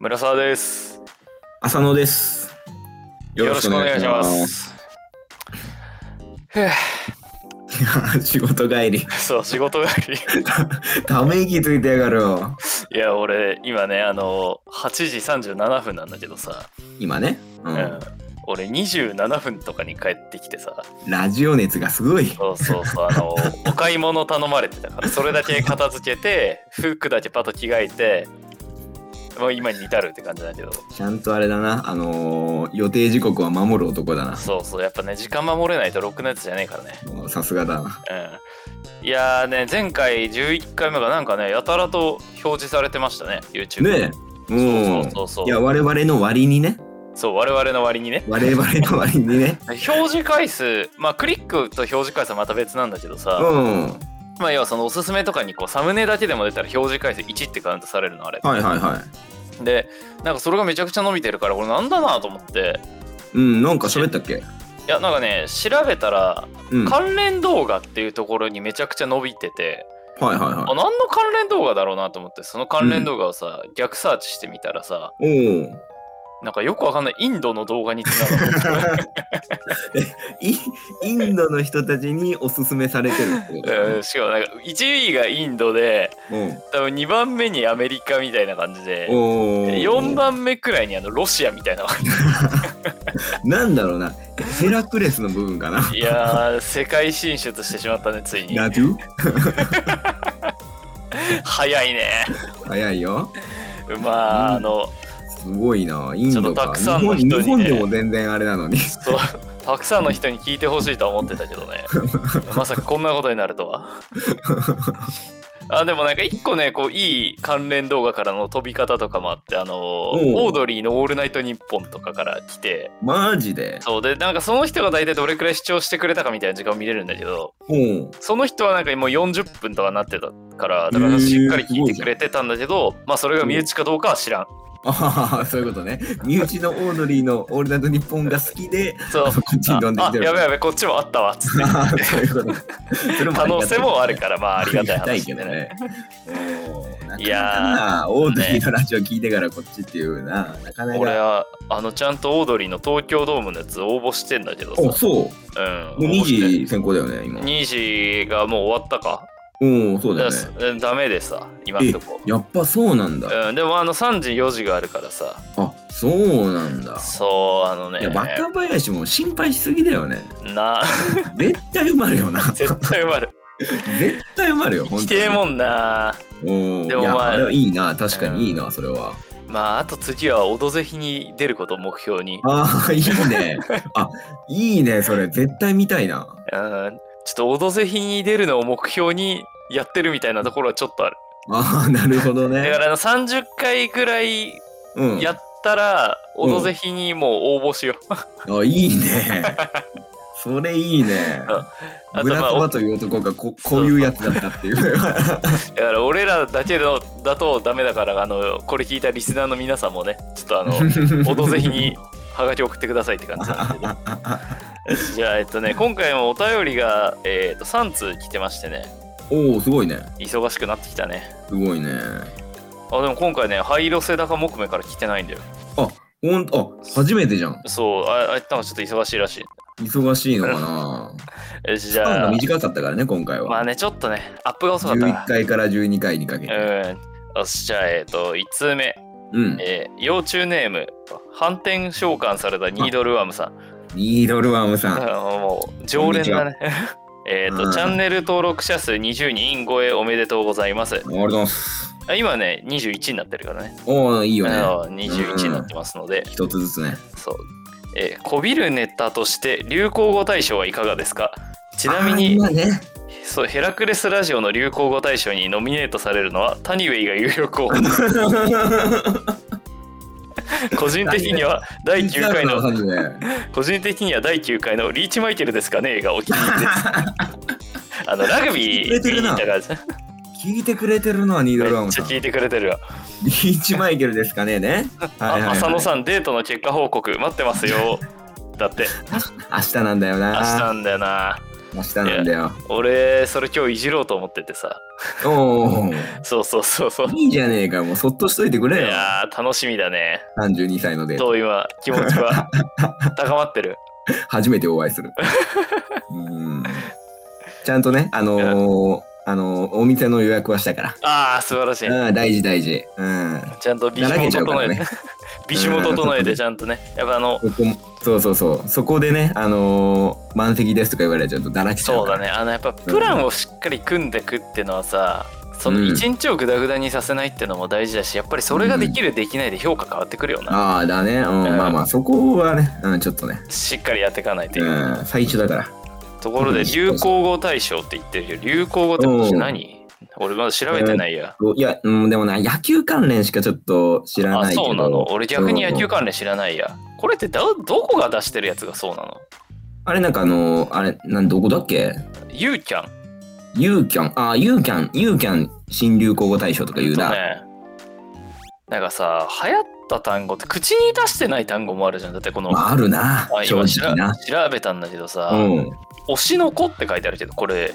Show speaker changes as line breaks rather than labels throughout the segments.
村沢です。
浅野です。
よろしくお願いしま。す。ふぅ
仕事帰り。
そう、仕事帰り。
ため息ついてやがるよ。
いや、俺、今ね、あの、8時37分なんだけどさ、
今ね、う
うんん、俺27分とかに帰ってきてさ、
ラジオ熱がすごい。
そうそうそう、あ の、お買い物頼まれてたから、それだけ片付けて、服だけパッと着替えて、もう今に至るって感じだけど、
ちゃんとあれだな、あのー予定時刻は守る男だな。
そうそう、やっぱね、時間守れないとろくなやつじゃねえからね。
もうさすがだな。
うんいやーね前回11回目がなんかねやたらと表示されてましたね YouTube
ねえ、もう
そうそうそうそう
いや我々の割にね、
そう我々の割にね
我々の割に ね、
表示回数まあクリックと表示回数はまた別なんだけど
う
さ、
ん、は
まあ要はそのおすすめとかにこうサムネだけでも出たら表示回数1ってカウントされるのあれ
いはいは
でなんかそれがめちゃくちゃ伸びてるからこれなんだなと思って
い。うん、なんか喋ったっけ？
いやなんかね調べたら
うん、はい
関連動画っていうところにめちゃくちゃ伸びてて、
はい
あ
は
何の関連動画だろうなと思ってその関連動画をさ、逆サーチしてみたらさ
い。おお。
なんかよくわかんないインドの動画につながる
イインドの人たちにおすすめされてるってこ とだね
うん、しかもなんか1位がインドで多分2番目にアメリカみたいな感じで
うん。おお。
で4番目くらいにあのロシアみたいな
なんだろうな、ヘラクレスの部分かな。
いやー世界進出してしまったねついに
ラドゥ
早いね
早いよ。
まああ
うん
の
すごいな、インド
ちょっとた
か。
く
日
さんの
本
人にね
日本でも全然あれなのに。
そうたくさんの人に聞いてほしいとは思ってたけど ねまさかこんなことになるとはあでもなんか一個ねこういい関連動画からの飛び方とかもあってあのー
おう
オードリーの「オールナイトニッポン」とかから来て
マジで。
そうでなんかその人が大体どれくらい視聴してくれたかみたいな時間を見れるんだけど
おう
その人はなんかもう40分とかなってたからだか
へ
ら
ー
しっかり聞いてくれてたんだけど、まあそれが身内かどうかは知らん、
ああ、そういうことね。身内のオードリーのオールナイトニッポンが好きで、
そう
こっちに飛んで
あ
き
あ
てる。
やべやべこっちもあった わっつって
あーそういうこと。それ
可
ありがたい
能性もあるからまあありがたい
あり
話
け
で
ど
ね
ね。おうなかなかない
や
オードリーのラジオ聞いてからこっちっていうな、なかな
俺
か。
はあのちゃんとオードリーの東京ドームのやつ応募してんだけどさ、
お、そう。
うん、
もう
応募して
2時先行だよね、今。
2時がもう終わったか
うん、そうだよね。
うんダメでさ今んとこ、
やっぱそうなんだ。
うん、でもあの3時4時があるからさ
あそうなんだ。
そうあのね
いや、若林も心配しすぎだよね。
な
絶対埋まるよな。絶
絶対埋まる
対埋まるよ、
来
本当
てえ
に。
もんな
うん
でも
いや
まあ
あれはいいな、確かにいいな、それは。
まああと次は「オドぜひ」に出ることを目標に、
ああ、いい ね。あいいね、それ。絶対見たいな。
うん、ちょっと「オドぜひ」に出るのを目標にやってるみたいなところはちょっとある
ああ、なるほど
だか
ね。
らあの30回ぐらい
うん。
やったら「オドぜひ」にもう応募しよう。
あいい ね。それいいね
うん。あと
ブラ
まあ
トバという男がここういうやつだったっていう。
だから俺らだけのだとダメだからあのこれ聞いたリスナーの皆さんもねちょっ とあ の「オドぜひ」にハガキ送ってくださいって感じなんだけどじゃあえっとね今回もお便りが、えっと3通来てましてね
おお、すごいね。
忙しくなってきたね
すごいね。
あでも今回ね灰色セダカ木目から来てないんだよ
ほんあ初めてじゃん。
そうああいつなんかちょっと忙しいらしい
忙しいのかな。
よしじ
期間
ゃ
が
あ
短かったからね、今回は。
まあねちょっとねアップが遅かった
11
な
回から12回にかけて。
うんよしじゃあえっ、と1通目
うん。
えー、幼虫ネーム反転召喚されたニードルワームさん
ニードルワームさん。
あの もう常連だね えっと、
うん
チャンネル登録者数20人超えおめでとうございます
ありがとうございます。
あ今ね21になってるからね
おお、いいよね
あ。の21になってますので、
一つずつね。
そうえーこびるネタとして流行語大賞はいかがですかちなみに
あー今ね。
そうヘラクレスラジオの流行語大賞にノミネートされるのはタニウェイが有力 候補個人的には第9回の
感じね。
個人的には第9回のリーチマイケルですかねがお 気に入りです。あのラグビー
聞いてくれてるな
見に行ったか
聞いてくれてるのはニードル
ら
ワー
めっ
ム
ち
さ
ゃ
ん。
聞いてくれてるわ。
リーチマイケルですかねね。
あ
はいはいはい
浅野さんデートの結果報告待ってますよ。だって
明日なんだよ
明日な
な。
んだよな。
明日なんだよ。
俺それ今日いじろうと思っててさ
おお。
そうそうそうそう
いいじゃねえか、もうそっとしといてく
い
れよ。
やー楽しみだね
32歳のデート
どう今気持ちは 高まってる
初めてお会いする。うんちゃんとね、あのーあのーお店の予約はしたか
ああ素晴らしい
ら。うん、大事大事。うん。
ちゃんと美
だら
酒も
けちゃうか
整
ら
えて、
ね。
美酒も整えてちゃんとねやっぱあの
そこもそうそうそう。そこでね、あのー満席ですとか言われちゃうとだらけちゃ
そうう
か
だ
ら。
ねあのやっぱプランをしっかり組んでくってのはさその
うん
一日をグダグダにさせないってのも大事だしやっぱりそれができるできないで評価変わってくるよな
ああ、だね。うん、
うん
まあまあ、そこはね、うん、ちょっとね。、
しっかりやっていかないといううん
最初だから。
ところで
うん
流行語大賞って言ってるけど流行語って私何俺まだ調べてないや
おいや、うん、でもな、野球関連しかちょっと知ら
あ
ないけど。
そうなの俺逆に野球
そう
関連知らないやこれってどどこが出してるやつがそうなの
あれなんかあのーあれ、なん、どこだっけ
ゆうちゃん
ユーキャン、ああ、ユーキャン、ユーキャン新流行語大賞とか言う
と
な。
ねなんかさ流行った単語って口に出してない単語もあるじゃんだってこの、
まあ、あるな
あ、
正
今しら
直な。
調べたんだけどさ、
うん。
推しの子って書いてあるけどこれ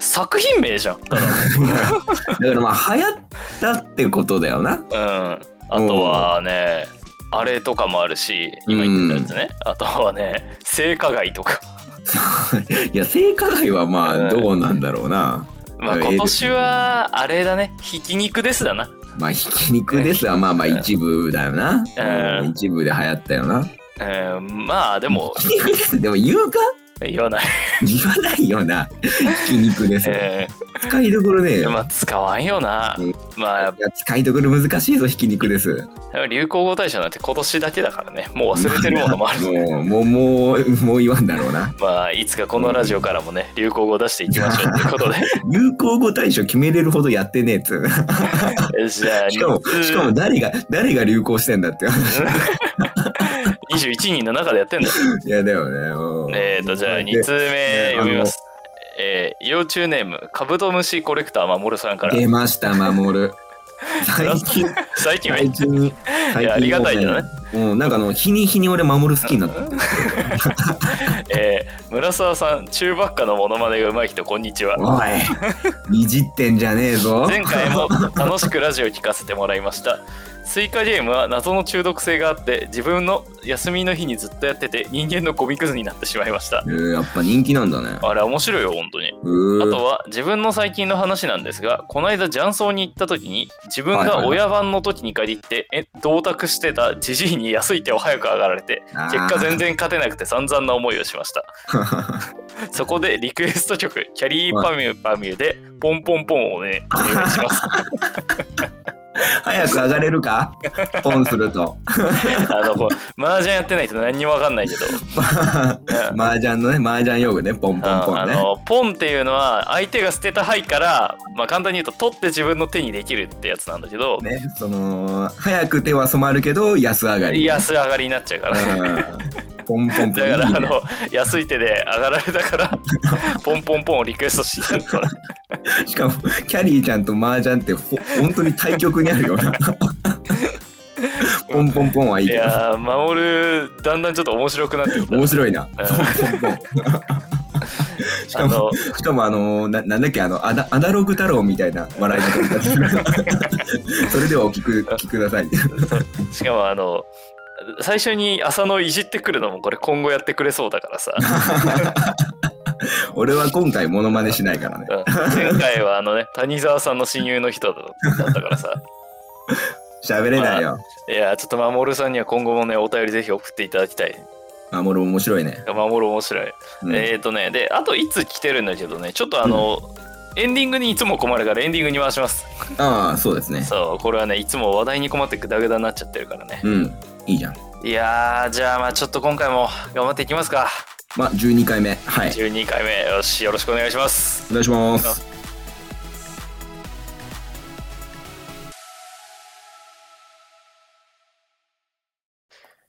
作品名じゃん、うん、
だからまあ、流行ったってことだよな。
あとはねあれとかもあるし今言ってたやつね、あとはね性加害とか
いや、性加害はまあ、
うん
どうなんだろうな。
まあ
うん
今年はあれだねひき肉ですだな
まあ、ひき肉ですわ。まあまあ、一部だよな。
うん
一部で流行ったよな。
うんまあでも
ひき肉 です。でも言うか
言わない、
言わないよな。ひき肉です。
え
使いどころねえ
ー
よ。
まあ使わんよな、
うん
まあやっ
いや使いどころ難しいぞ、ひき肉です。
ぱ流行語大賞なんて今年だけだからねもう忘れてるものもある
もう、もう、もう、もう言わんだろうな。
まあいつかこのラジオからもね流行語を出していきましょうということで
流行語大賞決めれるほどやってねえっつう。
じゃあ、
しかも、しかも誰が、誰が流行してんだって。
21人の中でやってんだよ。
いや、だよねうん。
えーと、じゃあ、
で
2通目読みます。えー、幼虫ネーム、カブトムシコレクター、マモルさんから。
出ました、守る。最近、
最近めっ
最
ち
近、
い
最
やありがたいじゃ
ね。うん、なんかあの、日に日に俺、守る好きになった。
ゃ、えー、村沢さん、中ばっかのモノマネがうまい人、こんにちは。
おい、いじってんじゃねえぞ。
前回も楽しくラジオ聞かせてもらいました。スイカゲームは謎の中毒性があって自分の休みの日にずっとやってて人間のゴミくずになってしまいました
えーやっぱ人気なんだね。
あれ面白いよ本当に
う
あ
ー
とは自分の最近の話なんですが、この間雀荘に行った時に、自分が親番の時に限って、え、同卓してたじじいに安い手を早く上がられて、
あー
結果全然勝てなくて散々な思いをしました。そこでリクエスト曲、キャリーパミューパミューで、ポンポンポンをね、お願いします。
早く上がれるかポンす ると。
あの、こう麻雀やってないと何にもわかんないけど、うん
麻雀のね、麻雀用具ね、ポンポンポ
あ
ン
あ
ね。
のポンっていうのは相手が捨てた牌から、まあ、簡単に言うと取って自分の手にできるってやつなんだけど、
ね、その、早く手は染まるけど、安上がり。
安上がりになっちゃうから。
うんポンポンポン。
だから
いい
あ
ね
の安い手で上がられたから ポンポンポンをリクエストしてたから
しかもキャリーちゃんと麻雀ってほ本当に対極にある よなポンポンポンはいい
い
けど
やー守るだんだんちょっと面白くなってきた
面白いな
う
ポンポン
んあの
しかもあのーななんだっけあのアナアナログ太郎みたいな笑い方になってる それではお聞くお聞きください
しかもあの最初に浅野いじってくるのもこれ今後やってくれそうだからさ、
俺は今回モノマネしないからね
うん前回はあのね谷沢さんの親友の人だったからさ
喋れないよ
いやーちょっと守さんには今後もねお便りぜひ送っていただきたい
あもろ面白いね、
守る面白い、
うん
えっ、ー、とねであといつ来てるんだけどねちょっとあの、エンディングにいつも困るからエンディングに回します
ああそうですね
そうこれはねいつも話題に困ってグダグダになっちゃってるからね
うんいいじゃん
いやーじゃあまあちょっと今回も頑張っていきますか
まあ12回目はい
12回目よしよろしくお願いします
お願いします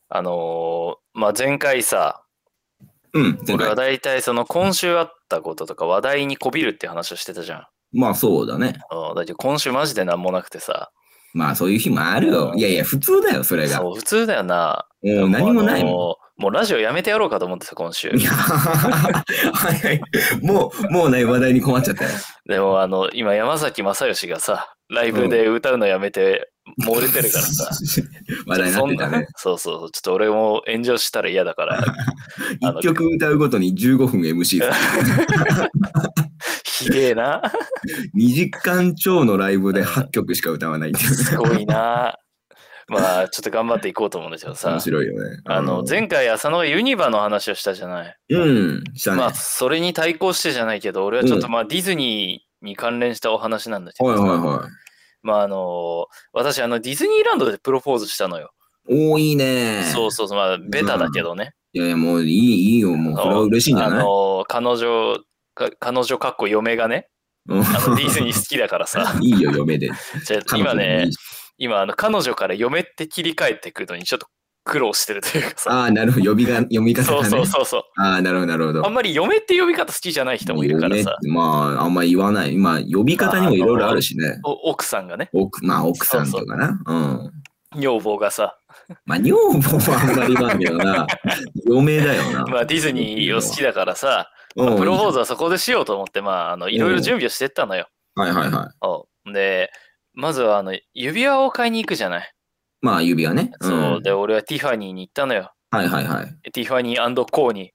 あのーまあ前回さ
うん前
俺は
回
大体その今週あったこととか話題にこびるって話をしてたじゃん
まあそうだね
あのだけど今週マジで何もなくてさ
まあそういう日もあるよ。いやいや、普通だよ、それが。
そ
も
う、普通だよな。
う何もない
あの
もん。
もうラジオやめてやろうかと思ってた、今 週
い。やはいはい。 もう、もうね、話題に困っちゃったよ。
でも、あの、今、山崎正義がさ、ライブで歌うのやめて、漏れてるからさ。
話題になってた
そ
ね。
んなそうそうそう、ちょっと俺も炎上したら嫌だから、あの
一曲歌うごとに15分 MC する。
ひでえな。
2時間超のライブで8曲しか歌わないっていうね。
すごいな。まあ、ちょっと頑張っていこうと思うんですけどさ
面。白いよね。
あの、前回、浅野がユニバの話をしたじゃない。
うん、したね。
ま
は
あ、それに対抗してじゃないけど、俺はちょっとまあ、ディズニーに関連したお話なんだけ
い
ど
はい
さ、
は
まあ、あの、私、あの、ディズニーランドでプロポーズしたのよ。
い。多いね。
そうそうそう、まあ、ベタだけどね。
いやいや、もういい、いいよ。もう、これは嬉しいんじゃ
あ
ない
の、彼女、か彼女かっこ嫁がね、
うん、
あ のディズニー好きだからさ
いいよ、嫁で。
じゃあ
彼
今
女でも
ね
いい、し
今あの彼女から嫁って切り替えてくるのにちょっと苦労してるというかさ
ああ、なるほど。呼びが、読み方
そう
が
そ
ね
う。そうそう
ああ、なるほど、なるほど
あん。まり嫁って呼び方好きじゃない人もいるからさ
嫁まあ、あんま言わない。まあ、呼び方にもいろいろあるしね。
お奥さんがね
奥、まあ、奥さんとかな。うん。
女房がさ、
まあ、女房はあんまり言わんけどな。嫁だよ な。
まあ、ディズニーを好きだからさ、
うん
プロポーズはそこでしようと思ってまああのいろいろ準備をしてったのよ、
はいはいはい。
おでまずはあの指輪を買いに行くじゃない、
まあ、指輪ね。ん
そう。で俺はティファニーに行ったのよ
はいはいはい。
ティファニーコーに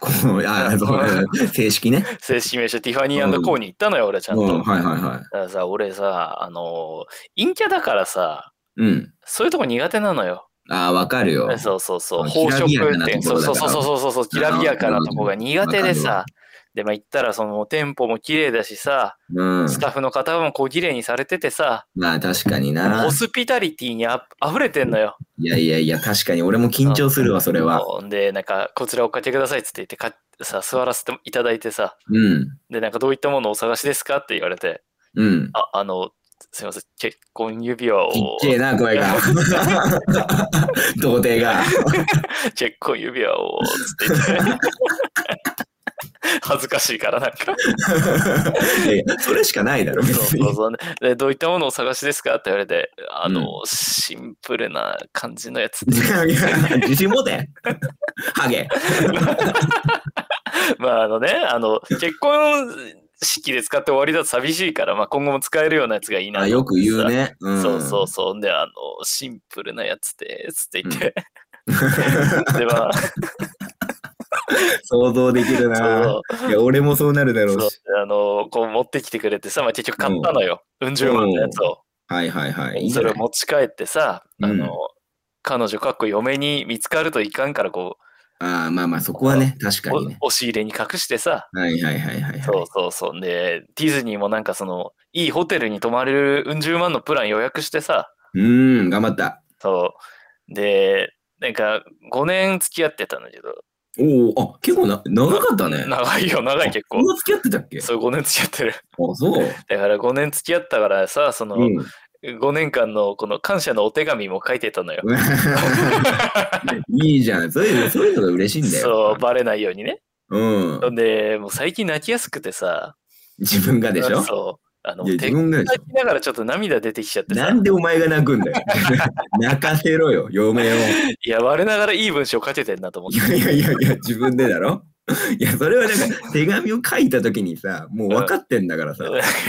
こう、あ あ、そう、正式ね。
正式名称ティファニーコーに行ったのよ 俺はちゃ
うん
と、
ん、
だ
はいはいはい。
からさ俺さあの陰キャだからさ
うん。
そういうとこ苦手なのよ。
ああ、わかるよ。
そうそうそう。
あ
宝飾
きらびやかな
店。そ
とこ
うそ
ろだ
う
から
そうそうそうそう。きらびやかなとこが苦手で
わかる
さ
わ。
で、まあ行ったらその店舗も綺麗だしさ、
うん。
スタッフの方も小綺麗にされててさ、
まあ、確かにな
ホ。スピタリティにあ溢れてんのよ。
いやいやいや、確かに俺も緊張するわ、それは。
そうで、なんか、こちらおかけくださいっつって言ってか、さ、座らせていただいてさ、
うん。
で、なんかどういったものをお探しですかって言われて、
うん。
あ、あの、すいません、結婚指輪を
ちっ、けえな、声 が。童貞が。
結婚指輪を、つって言って。 恥ずかしいからなんか
いやいやそれしかないだろ、
そう
別に。
そうそうねでどういったものをお探しですかって言われて、あの、シンプルな感じのやつ。
自信持て。ハゲ。
まあ、あのね、あの、結婚式で使って終わりだと寂しいから、まあ、今後も使えるようなやつがいいな
あ
と
よ
思
く
ってさ
言う。ね。うん
そうそうそう。で、あの、シンプルなやつですって言って。 で、まあ、
想像できるな。
そう
いや、俺もそうなるだろ
そう
うし。
あの、こう持ってきてくれてさ、まあ、結局買ったのよ。うん十万のやつを。
はいはいはい。いいじ
そ
ゃ
れ
ない
を持ち帰ってさ、あの、
うん
彼女かっこ嫁に見つかるといかんから、こう、
ああ、まあまあ、そこはね、確かにね。
お押し入れに隠してさ、
はいはいはいはいはい。
そうそうそう。で、ディズニーもなんかその、いいホテルに泊まれるうん十万のプラン予約してさ、
うーん、頑張った。
そう。で、なんか5年付き合ってたんだけど、
おお、あ、結構な長かったね。
長いよ、長い結
こん
構。
な付き合ってたっけあ、
そう、5年付き合ってる。
そう。
だから5年付き合ったからさ、その、
うん。
5年間のこの感謝のお手紙も書いてたのよ。
いいじゃん。そういうの、そういうのが嬉しいんだ
そ
よ
う、。バレないようにね。
うん。
で、もう最近泣きやすくてさ、
自分がでしょ
そう。あの、
いや、
手伝
自分がでし
いながらちょっと涙出てきちゃっ
ょ。
てさ
な、んでお前が泣く んだよ。泣かせろよ、嫁を。
いや、我ながらいい文章書けてんなと思っ
い
て。
やいやいやいや、自分でだろいや、それはなんか手紙を書いたときにさ、もう分かってんだからさ、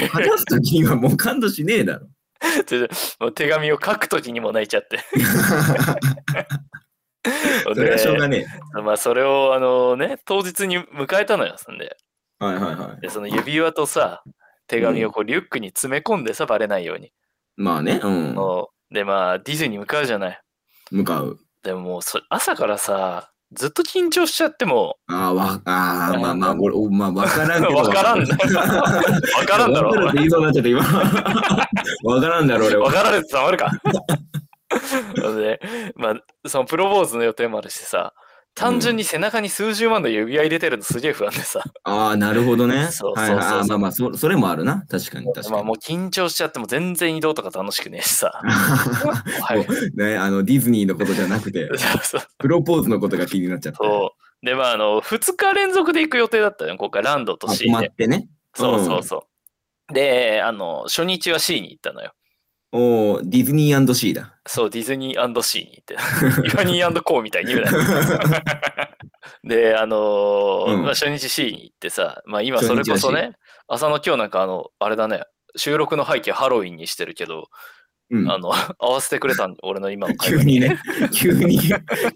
話すときにはもう感動しねえ だろ。
ちょもう手紙を書くときにも泣いちゃって。
それはしょうが
で
ね
まあ、それをあのね、当日に迎えたのよ。そんで、
え。はいはいはい。
でその指輪とさ、手紙をこうリュックに詰め込んでさ、バレないように。
まあね、うん。
もうで、まあ、ディズニー向かうじゃない。
向かう。
でももうそ朝からさ、ずっと緊張しちゃっても、
ああ、わ、ああ、まあまあ、俺、おまあ、わからんけど。
わ からんだろ。わからんだろ。
わからんって言いそうになっちゃった、今。 わからんだろ、俺
わ
は。
かられてたまるか。で、まあ、そのプロポーズの予定もあるしさ、単純に背中に数十万の指輪入れてるのすげえ不安でさ、
ああ、なるほどね。
そう
はいはい
そうそうそう
あーまあまあ、そそれもあるな。確かに、確
ま
か
あ
に。
もう緊張しちゃっても全然移動とか楽しくねえし さ。はい。
ね、あの、ディズニーのことじゃなく て、
そう
プロポーズのことが気になっちゃった。
そう。で、まあ、あの、2日連続で行く予定だったのよ、今回、ランドと
ま
C
とま
で
っ。てね。
そうそうそう。で、あの、初日は C に行ったのよ。
おーディズニーシーだ。
そう、ディズニーシーに行って、ユ アニーコーみたいに言 うなよ。で、あのー
うん
まあ、初日 C に行ってさ、まあ今
初日
それ
は
こそ
C
ね、朝の今日なんかあの、あれだね、収録の背景ハロウィンにしてるけど、
うん。
あの、 合わせてくれたん俺の今の会
急
話
にね、 急に、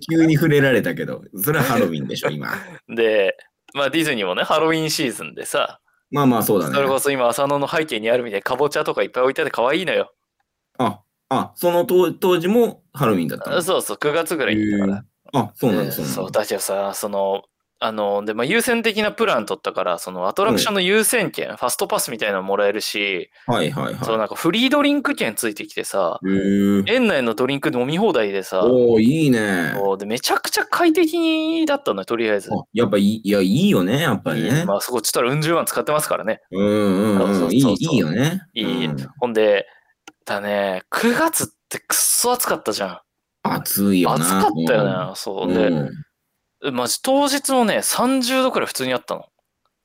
急に触れられたけど、それはハロウィンでしょ、今。
で、まあディズニーもね、ハロウィンシーズンでさ、
まあまあ、そうだ
それこ
ね。
そ今浅野の背景にあるみたいにかぼちゃとかいっぱい置いてあって可愛いのよ。
あ、あ、その当当時もハロウィンだったの
そうそう、9月ぐらいに行ったから。
あ、そうなんだ、
えー
そう
そ
な
うん
だ。
だけどさそのあので、まあ、優先的なプラン取ったからそのアトラクションの優先券、ファストパスみたいなのもらえるし、
はいはい
その
は
なんかフリードリンク券ついてきてさ
い。へー
園内のドリンク飲み放題でさ
おおいいね。
そうでめちゃくちゃ快適だったのよとりあえず。
あやっぱいい、いや、いいよね、やっぱりね。
まあそこちょっとうん十万使ってますからね。
うんうん。
そうそううん
いい、
そう
いいよね。
いい
うん
ほんで、だね、9月ってくっそ暑かったじゃ
暑い
ん。
よ
暑
な。
かったよな。そう
う
で、
ん
まじ当日もね、30度くらい普通にあったの。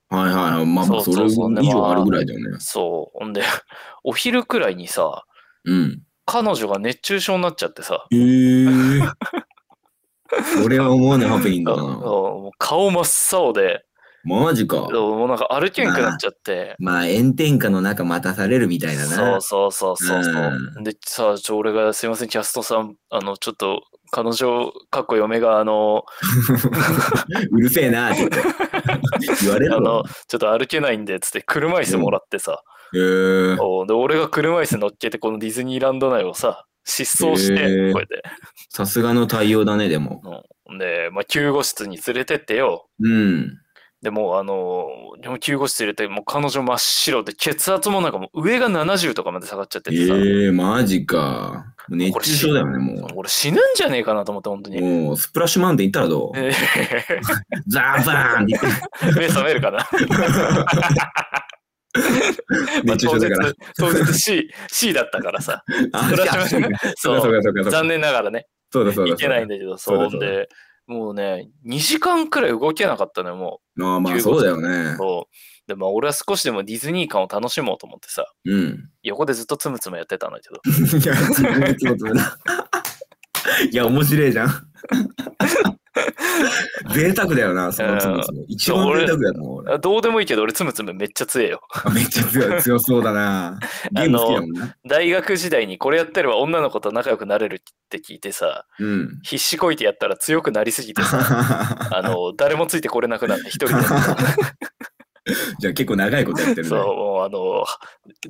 はいはいはい。まあま
そ
あ、そう
そ
れ
う
以
そうでま
上
あ
あるぐらいだよね。
そう。ほんで、 お昼くらいにさ、
うん。
彼女が熱中症になっちゃってさ、
へえ。それは思わないハプニングだ
あ
な。
もう顔真っ青で、
マジか。
もうなんか歩けんくなっちゃって。
まあ、炎天下の中待たされるみたいな
そ
な
う。そうそうそうそう。
う
でさ、ちょ俺がすいません、キャストさん、あの、ちょっと、彼女、かっこ嫁が、あの、
うるせえ な、ちょっと言われ
あ
る
の
わ。、
ちょっと歩けないんで、つって、車椅子もらってさ、
へえ。
おで、俺が車椅子乗っけて、このディズニーランド内をさ、失踪して、
へー
こうやって。
さすがの対応だね、でも。
うんで、まあ、救護室に連れてってよ、
うん。
でもうあのーでも救護室入れてもう彼女真っ白で血圧もなんかもう上が70とかまで下がっちゃっててさ、
ええマジか。熱中症だよね、も
俺死ぬんじゃねえかなと思って本当
う。
に。
もう、スプラッシュマウンテン行ったらどう
えー
ザーバーンって言って
目覚めるか なまあ
熱
当
中症
日
だから。
当日 C, C だったからさ
あ、
スプラッシ
そ
ュ
う
マウ
か
ン。
そうか、
そ
そううか、そうか。
残念ながらね
そうだ、そうだ。
行けない
そ
ん
う
だけど
そう
そ
だ
う
そうだ
でもうね2時間くらい動けなかったのよも
だああ、まあ、そうだよ
う
ね。
そうでまあ俺は少しでもディズニー感を楽しもうと思ってさ
うん。
横でずっとつむつむやってたんだけど
いや、自分でつもつもだ。いや、面白いじゃん。贅沢だよな、そのつもつも。一番贅沢だな、俺。
あどうでもいいけど俺つむつむめっちゃ強えよ
めっちゃ強い強そうだな。ゲーム好きだもんな。
大学時代にこれやってれば女の子と仲良くなれるって聞いてさ
うん。
必死こいてやったら強くなりすぎて さあの誰もついてこれなくなって一人で
じゃあ結構長いことや ってるね。
そうもうあの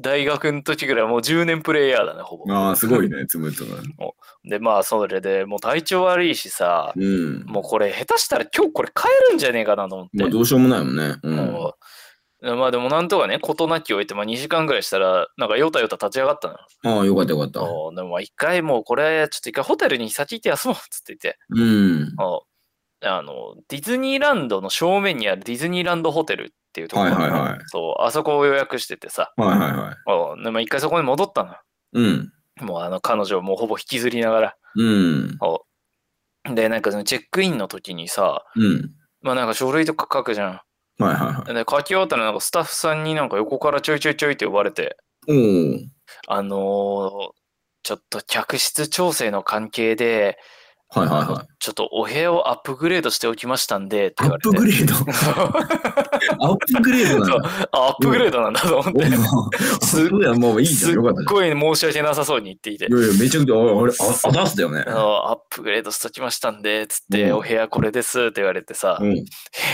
大学の時ぐらいもう10年プレイヤーだねほぼ
ああ、すごいね、つむつむ。
でまあそれでもう体調悪いしさ
うん。
もうこれ下手したら今日これ帰るんじゃねえかなと思って、
まあ、どうしようもないもんね。うん。
もうまあでもなんとかね事なきを得て、まあ、2時間ぐらいしたらなんかよたよた立ち上がったのよ
ああ、よかったよかった。
そうでもまあ一回もうこれちょっと一回ホテルに先行って休もうっつって言って
うん。
そうあのディズニーランドの正面にあるディズニーランドホテルっていうところ、
はいはいはい
そうあそこを予約しててさ
はいはいはい。
おでも一回そこに戻ったのよ
うん。
もうあの彼女をもうほぼ引きずりながら
うん。
でなんかそのチェックインの時にさ
うん。
まあなんか書類とか書くじゃ
はいはいは
んで書き終わったらなんかスタッフさんになんか横からちょいちょいちょいって呼ばれて
い。おお。
あのーちょっと客室調整の関係で
はいはいはい。
ちょっとお部屋をアップグレードしておきましたんでって
ア
言われ
ッ
て
プグレード。アップグレードな
そうん
だ。
あ アップグレードなんだと思って、
お
す
すごいや、もういいじゃん。よかった
すっ
じゃ
ごい申し訳なさそうに言っていて、
ん。いやいや、めちゃくちゃ、ああれ、あアダスだよね
あ。のアップグレードしときましたんで、つって、
うん
お部屋これですって言われてさ、
うん。
部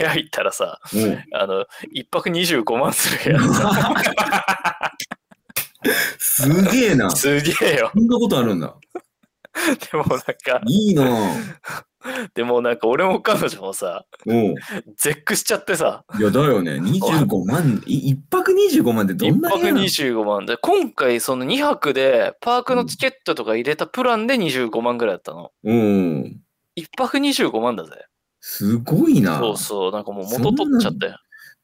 屋行ったらさ、
うん。
あの、一泊25万する部屋でさ
すげえな。そ
すげえよ。
んなことあるんだ。
でもなんか、
いいなぁ。
でもなんか俺も彼女もさ、
おう
絶句しちゃってさ、
いや、だよね。25万、い一泊25万ってど
一
んな
泊
部屋なの
25万で、今回その2泊でパークのチケットとか入れたプランで25万ぐらいだったの。
うん。
一泊25万だぜ。
すごいな
そう
ぁ。
そう、なんかもう元取っちゃって。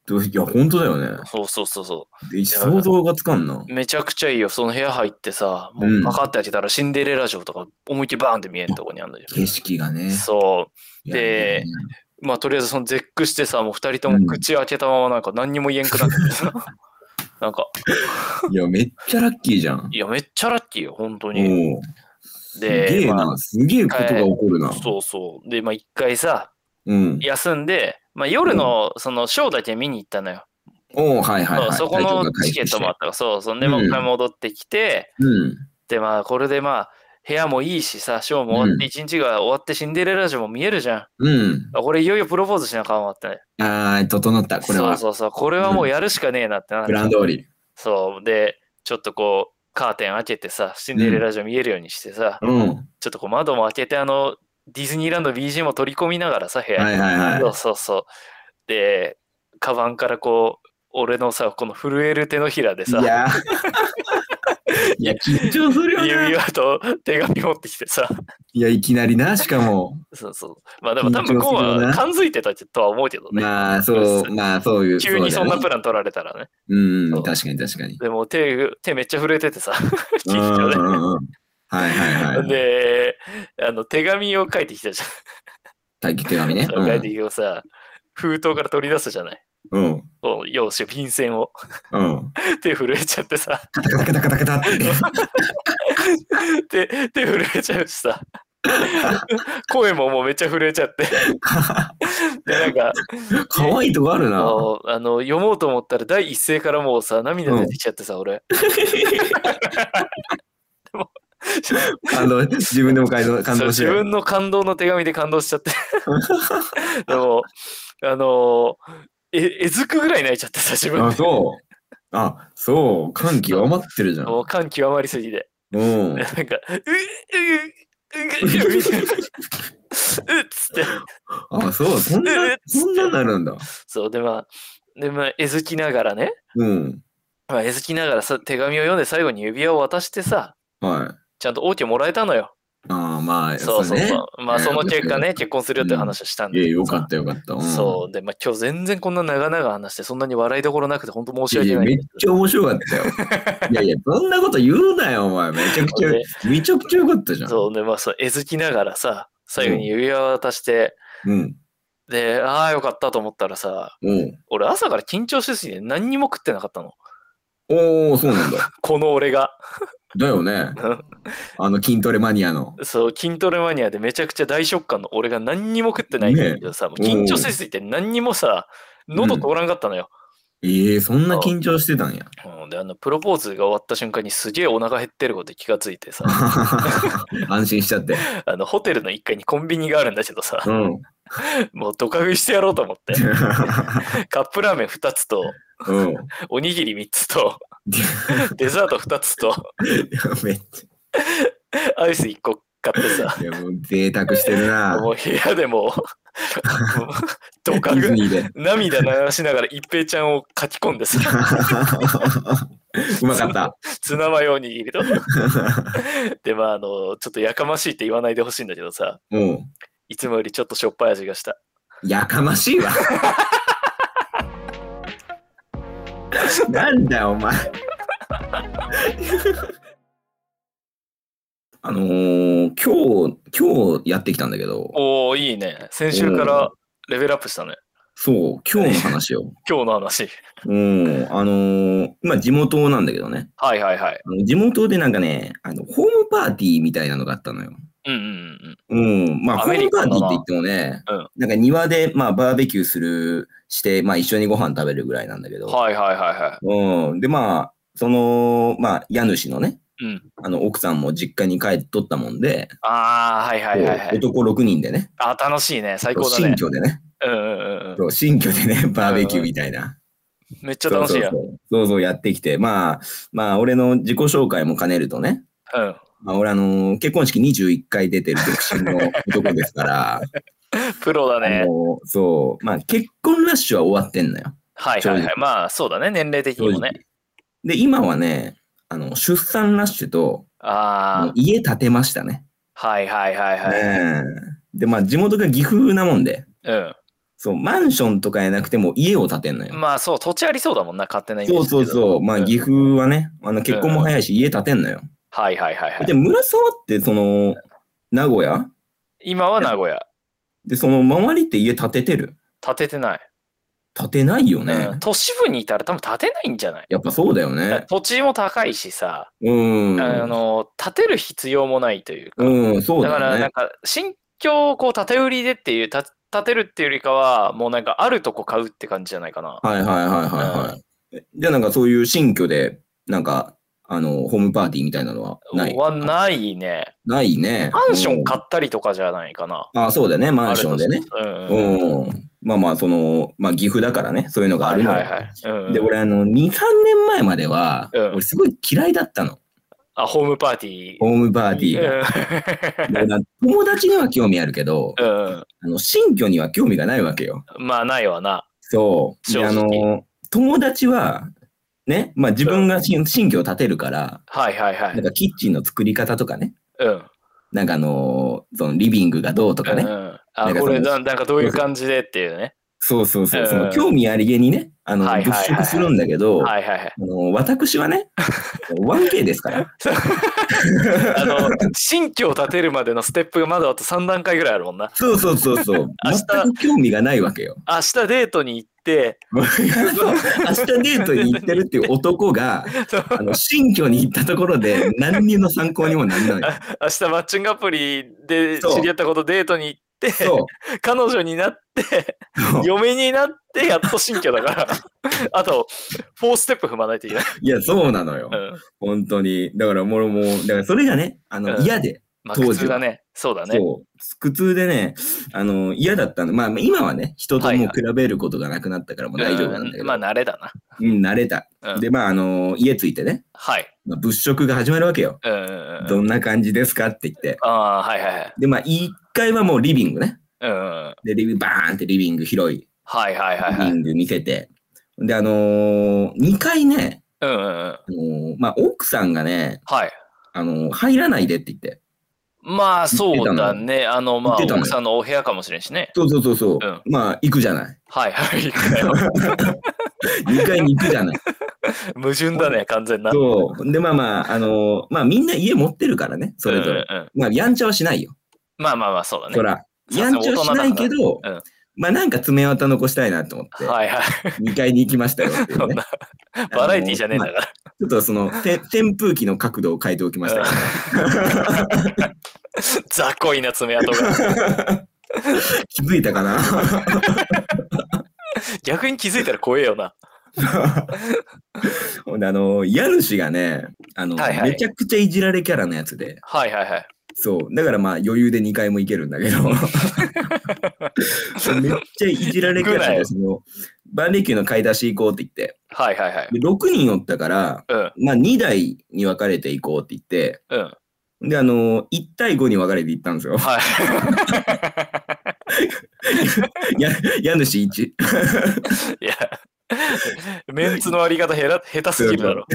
どいや、本当だよね。
そうそうそうそう。
で想像がつかんな。
めちゃくちゃいいよ。その部屋入ってさ、も
う
うんパカって開けたらシンデレラ城とか思いっきりバーンって見えるとこにあるんだよ。
景色がね。
そで
いやいやいや
う。まあとりあえずその絶句してさ、もう二人とも口開けたままなんか何にも言えんくなってさ。 なんか、
いや、めっちゃラッキーじゃん。
いや、めっちゃラッキーよ、本当に。
もう、すげ
で、
え
ま
な。すげえことが起こるな
あ、。そうそう。で、まあ、一回さ、
うん。
休んで、まあ、夜の、その、ショーだけ見に行ったのよ。
おおはいはいはい。
そうそこ
体調
の
が回
チケ
復
ッ
して
トもあったから、そう、そんで、
うん
もう一回戻ってきて、
うん。
で、まあ、これでまあ、部屋もいいしさ、ショーも終わって、一日が終わってシンデレラ城も見えるじゃん。
うん。
あこれいよいよプロポーズしなあかんわってね。
ああ、整った。これは。
そうそうそう、これはもうやるしかねえなってなって
プラン通り。
そう。で、ちょっとこう、カーテン開けてさ、シンデレラ城見えるようにしてさ、
うん。は
ちょっとこう窓も開けて、あの、ディズニーランド BGM を取り込みながらさ、部
い
屋
は
に。
いはい
そう。そうそう。で、カバンからこう、俺のさ、この震える手のひらでさ
い、や ーいや、緊張するよな。
指輪と手紙持ってきてさ、
いや、いきなりな、しか も。
そうそう。まあでも多分向こう
緊張するよ
は
な
感づいてたとは思うけどね。
まあ、そう、まあ、そういう。
急にそんな
う
プ
だよね
ラン取られたらね。
う
そ
ん、
う
確かに確かに。
でも手、手めっちゃ震えて てさ、緊
うん
張で。
うんうんはいはい はい。
で、あの手紙を書いてきたじ
待機手紙ね
ゃん。。
うん
書いてきてをさ、封筒から取り出すじゃない。
うん。
こう用紙、便箋 を。
うん。
手震えちゃってさ、
カタカタカタカタカタっ て。
手手震えちゃうしさ、声ももうめっちゃ震えちゃって。で、なんか、
可愛いとこあるな。
もうあの読もうと思ったら第一声からもうさ、涙出てきちゃってさ、俺。
感動、自分でも感動感動し
そう自
て。
分の感動の手紙で感動しちゃ って。でも、あのえ、えずくぐらい泣いちゃってさ、自分
あ、
で。
そう。あ、そう。感極まってるじゃん。
もう感極まりすぎて。
うん
で。なんか、うっ、うっ、うっ、うっ、うっ、うっつって。
あ、そう。そんな
えっ、つって
そんなになるんだ。
そう、でまあ、でまあ、えずきながらね、
うん。
まあ、えずきながらさ、手紙を読んで最後に指輪を渡してさ、
はい。
ちゃんと OK もらえたのよ。
ああ、まあ、
そうそう
ね
そう。まあ、
ね
その結果ね、結婚するよって話をしたん
い
で。
や、よかったよかった。うん
そう。で、まあ、今日全然こんな長々話して、そんなに笑いどころなくて、本当申し
いや
訳
いや
ないん
めっ
ですけ
ちゃ面白かったよ。 いやいや、そんなこと言うなよ、お前。めちゃくちゃ
で、
めちゃくちゃよかったじゃ
ど。そ
ん。
う、で、まあ、そう、えずきながらさ、最後に指輪を渡して、
うん。
で、ああ、よかったと思ったらさ、
うん。
俺朝から緊張しすぎて何にも食ってなかったの。
おおそうなんだ。
この俺が。
だ よね。あの筋トレマニアの。
そう、筋トレマニアでめちゃくちゃ大食感の俺が何にも食ってないんだけどさ、もう緊張しすぎて何にもさ、喉通らんかったのよ、
ええそんな緊張してたんや。
うんで、あの、プロポーズが終わった瞬間にすげえお腹減ってることに気がついてさ、
安心しちゃって。
あの、ホテルの1階にコンビニがあるんだけどさ、
うん。
もうドカ食いしてやろうと思 って、カップラーメン2つと、
うん。
おにぎり3つ と、デザート2つと、
めっち
アイス1個買ってさ、
ゃ。いや、もう贅沢してるな。
もう部屋 でもう、もうド
デ
カ
ィズ
食い、
ニー で。
涙流しながら一平ちゃんを書き込んでさ、
うまかった。
ツナマヨおにぎ りと。で、まあ、あの、ちょっとやかましいって言わないでほしいんだけどさ、
も
いつもよりちょっとしょっぱい味がした。
う、やかましいわ。なんだよ、お前。あのー、今日、今日やってきたんだけど、
おおいいね。先週からレベルアップしたね。
そう、今日の話を。
今日の話。
うん、あのー、今地元なんだけどね。
はいはいはい。
あの地元でなんかね、あの、ホームパーティーみたいなのがあったのよ。
うんうんうん
うん。まあ、
ア
ホ
メ
ー
リ
ムパー
カ
ティ
だな
ーって言ってもね、
うん
なんか庭で、まあ、バーベキューする、して、まあ、一緒にご飯食べるぐらいなんだけ
う
ど、
ん。はいはいはいは
うん。で、まあ、その、まあ、家主のね、
い。うん。
あの、奥さんも実家に帰っとったもんで、
ああ、はいはいはいは
こう
い。
男6人でね、
あ楽しいね。最高だ
新
ね。
居でね、
うんうんうんうん。
そう新居でね、バーベキューみたいな。
めっちゃ楽しいやん。
そうそうそうそうそうやってきて、まあ、まあ、俺の自己紹介も兼ねるとね、
うん。
まあ、俺、あの結婚式21回出てる独 身の男ですから、
プロだ
あ
ね。
のそう、まあ、結婚ラッシュは終わってんのよ。
はいはい
正
は
直
い。まあそうだね。年齢的
正
に
直
もね。
で、今はね、あの出産ラッシュと、あ
あ
の家建てましたね。
あ、はいはいはいはい。
ねえで、まあ、地元が岐阜なもんで、
う
そう、マンションとかやなくても家を建てんのよ。
ん。まあそう、土地ありそうだもんな、勝手なイメー
そう
ジだけ
そ
ど。
うそう、まあ、
ん
岐阜はね、あの結婚も早いし、家建てんのよ。
はいはいはいはい
で、。村沢って、その、名古屋
今は名古屋。
で、その周りって家建ててる
建ててない。
立てないよね。
うん都市部にいたら多分建てないんじゃない
やっぱそうだよね。
土地も高いしさ、
うん。
あの建てる必要もないというか、
うん、そうだ
だ
よ
からなん
ね。
か新居をこう建て売りでっていうた建てるっていうよりかはもうなんかあるとこ買うって感じじゃないかな。
はいはいはいはいはい。じゃあなんかそういう新居で、なんか、あの、ホームパーティーみたいなのはない
はないね。
ないね。
マンション買
っ
ったりとかじゃないかな。
あ、そうだね、マンションでね。
あるとしたら。うんうん
うん。まあまあ、その、まあ岐阜だからね、そういうのがあ
は
る
い
の
はい
よ。
はい。うんうん
で、俺、あの、2、3年前までは、
うん
俺すごい嫌いだったの。
あ、ホームパーティー。
ホームパーティーが。
ー。
だから友達には興味あるけど、
うん。
あの新居には興味がないわけよ。
まあないわな。
そう。で
正
あ
直
の友達は、ね、まあ自分が新新居を建てるから、
はいはいは
なん
い。
かキッチンの作り方とかね、
うん。
なんかあのーそのリビングがどうとか
う
ね、
ん、あ
なんか
これ
その
ななんかどういう感じでっていうね。
そうそうそうう、
ん
その興味ありげにね、あの、
はいはい
物
はい
色するんだけど、
はいはいはい。
あの私 はね、1K ですから。
あ の、新居を建てるまでのステップがまだあと3段階ぐらいあるもんな。
そうそうそ うそう。全く興味がないわけよ。
明日デートに行って、
明日デートに行ってるっていう男が、あの新居に行ったところで何にの参考にもな らない。
明日マッチングアプリで
そう
知り合ったことデートに行って、
そう。
彼女になって、
そう
嫁になって、やっと新居だ から。あと、4ステップ踏まないといけない。
いや、そうなのよ
う。ん。
本当に。だから、もう、もう、だから、それがね、あの、
うん
嫌で、
まあ、
当時は
苦痛だね。そうだね。
そう、苦痛でね、あの、嫌だったの。まあ、今はね、人と
はい
も
は
う
い
比べることがなくなったから、もう大丈夫なんだけ
う
ど。
んまあ、慣れだ
うん、慣れた。
な。うん、
で、まあ、あの、家着いてね、
はい。
まあ、物色が始まるわけよ。
うんうんうん。
どんな感じですかって言って。
ああ、はいはいはい。
で、まあ、一階はもうリビングね。
うんうんうん。
で、リビング、バーンってリビング広い。
はいはいはい
リ
は
ビ
い。
ング見せて。で、あのー、2階ね、
うんうんうん。
あのーまあ、奥さんがね、
はい。
あのー入らないでって言って。
まあ
言って
そう
たの
だね。あのまあ
言ってたのよ
奥さんのお部屋かもしれんしね。
そうそうそうそう。
うん
まあ、行くじゃない。
はい はい。行くなよ
2階に行くじゃない。
矛盾だね、完全な。
そう。で、まあまあ、あのーまあみんな家持ってるからね、それぞれ。
うんうんうん
まあ、やんちゃはしないよ。
まあまあまあそうだね。
そら。やんちゃはしないけど、
うん
まあなんか爪痕残したいなと思って、
はいはい。
2階に行きましたよっていう
そん
ね
な。バラエティーじゃねえんだ
まあ
か
ちょっとその、て扇風機の角度を変えておきましたよ。
ら。雑魚いな爪痕が。
気づいた かな
逆に気づいたら怖えよな。
ほんで、あのー家主がね、あのー
はいはい
めちゃくちゃいじられキャラのやつで、
はいはいはい。
そう。だからまあ余裕で2回も行けるん だけど。めっちゃいじられキャラ
ぐら
で、
い
その、バーベキューの買い出し行こうって言って。
はいはいはい。
で、6人おったから、
うん
まあ2台に分かれて行こうって言って、
うん。。
で、あのー、1対5に分かれて行ったんですよ
は
や、家主1。
い。 いや。メンツのあり方へら下手すぎるだろ。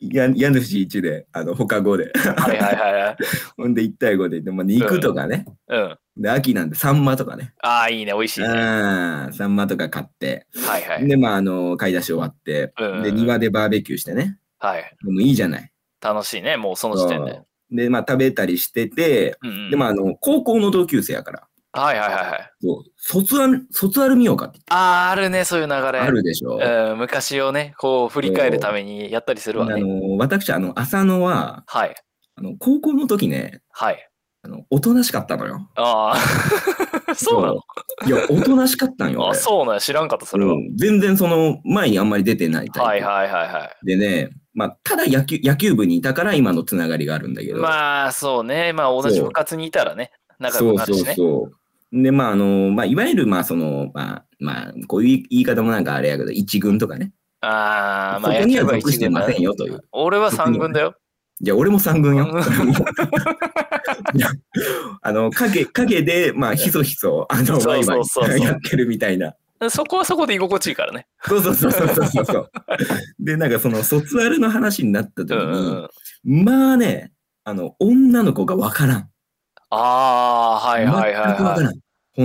や家主1で、あの、他5で。
はいはいはいはい。
ほんで1対5で行って、まあ肉とかね。
うん。
で、秋なんで、サンマとかね。
ああ、いいね、美味しいね。は
ああ、サンマとか買って。
いはい。
で、まあ、あの、買い出し終わって
うんうんう、ん
で、庭でバーベキューしてね。
はい。
でもいいじゃない。
楽しいね、もうその時点で。
で、まあ、食べたりしてて、
うんうん
で、まあ、あの、高校の同級生やから、
はいはいはいはい。
そう卒アル、卒アル見ようかって
ああ、あるね、そういう流れ。
あるでしょ。あ
うん、昔をね、こう振り返るためにやったりするわね。
の、私、あの、浅野は、
はい、
あの、高校の時ね、
はい。
あの、おとなしかったのよ。
ああ、 そうなの
そういや、おとなしかったん よ。
あ
俺
そうなの知らんかった、それは。
うん全然その、前にあんまり出てないタイプ。
はいはいはいは
でね、まあ、ただ野球、野球部にいたから今のつながりがあるんだけ
い。
ど。
まあ、そうね、まあ同じ部活にいたらね、仲良
そ
く
う
な
そ
る
う
しね。
そう。で、まあ、あの、まあ、いわゆる、まあ、その、まあ、まあ、こういう言い方もなんかあれやけど、一軍とかね。
ああ、まあ
そこには
野球部
属してませんよという。
俺は三軍だよ。
じゃあ、俺も三軍よ
うん。
いやあの、影、影で、まあ、ひそひそ、あの、
そ
ワ
う
イ
そうそう
ワイやってるみたいな。
そこはそこで居心地いいからね。
そうそうそうそうそうそう。 で、なんかその、卒アルの話になった時
うんうんう
に、
ん。
まあね、あの、女の子がわからん。
ああー、はいはい
全くわ
は
か
い
ら
はい。
ん。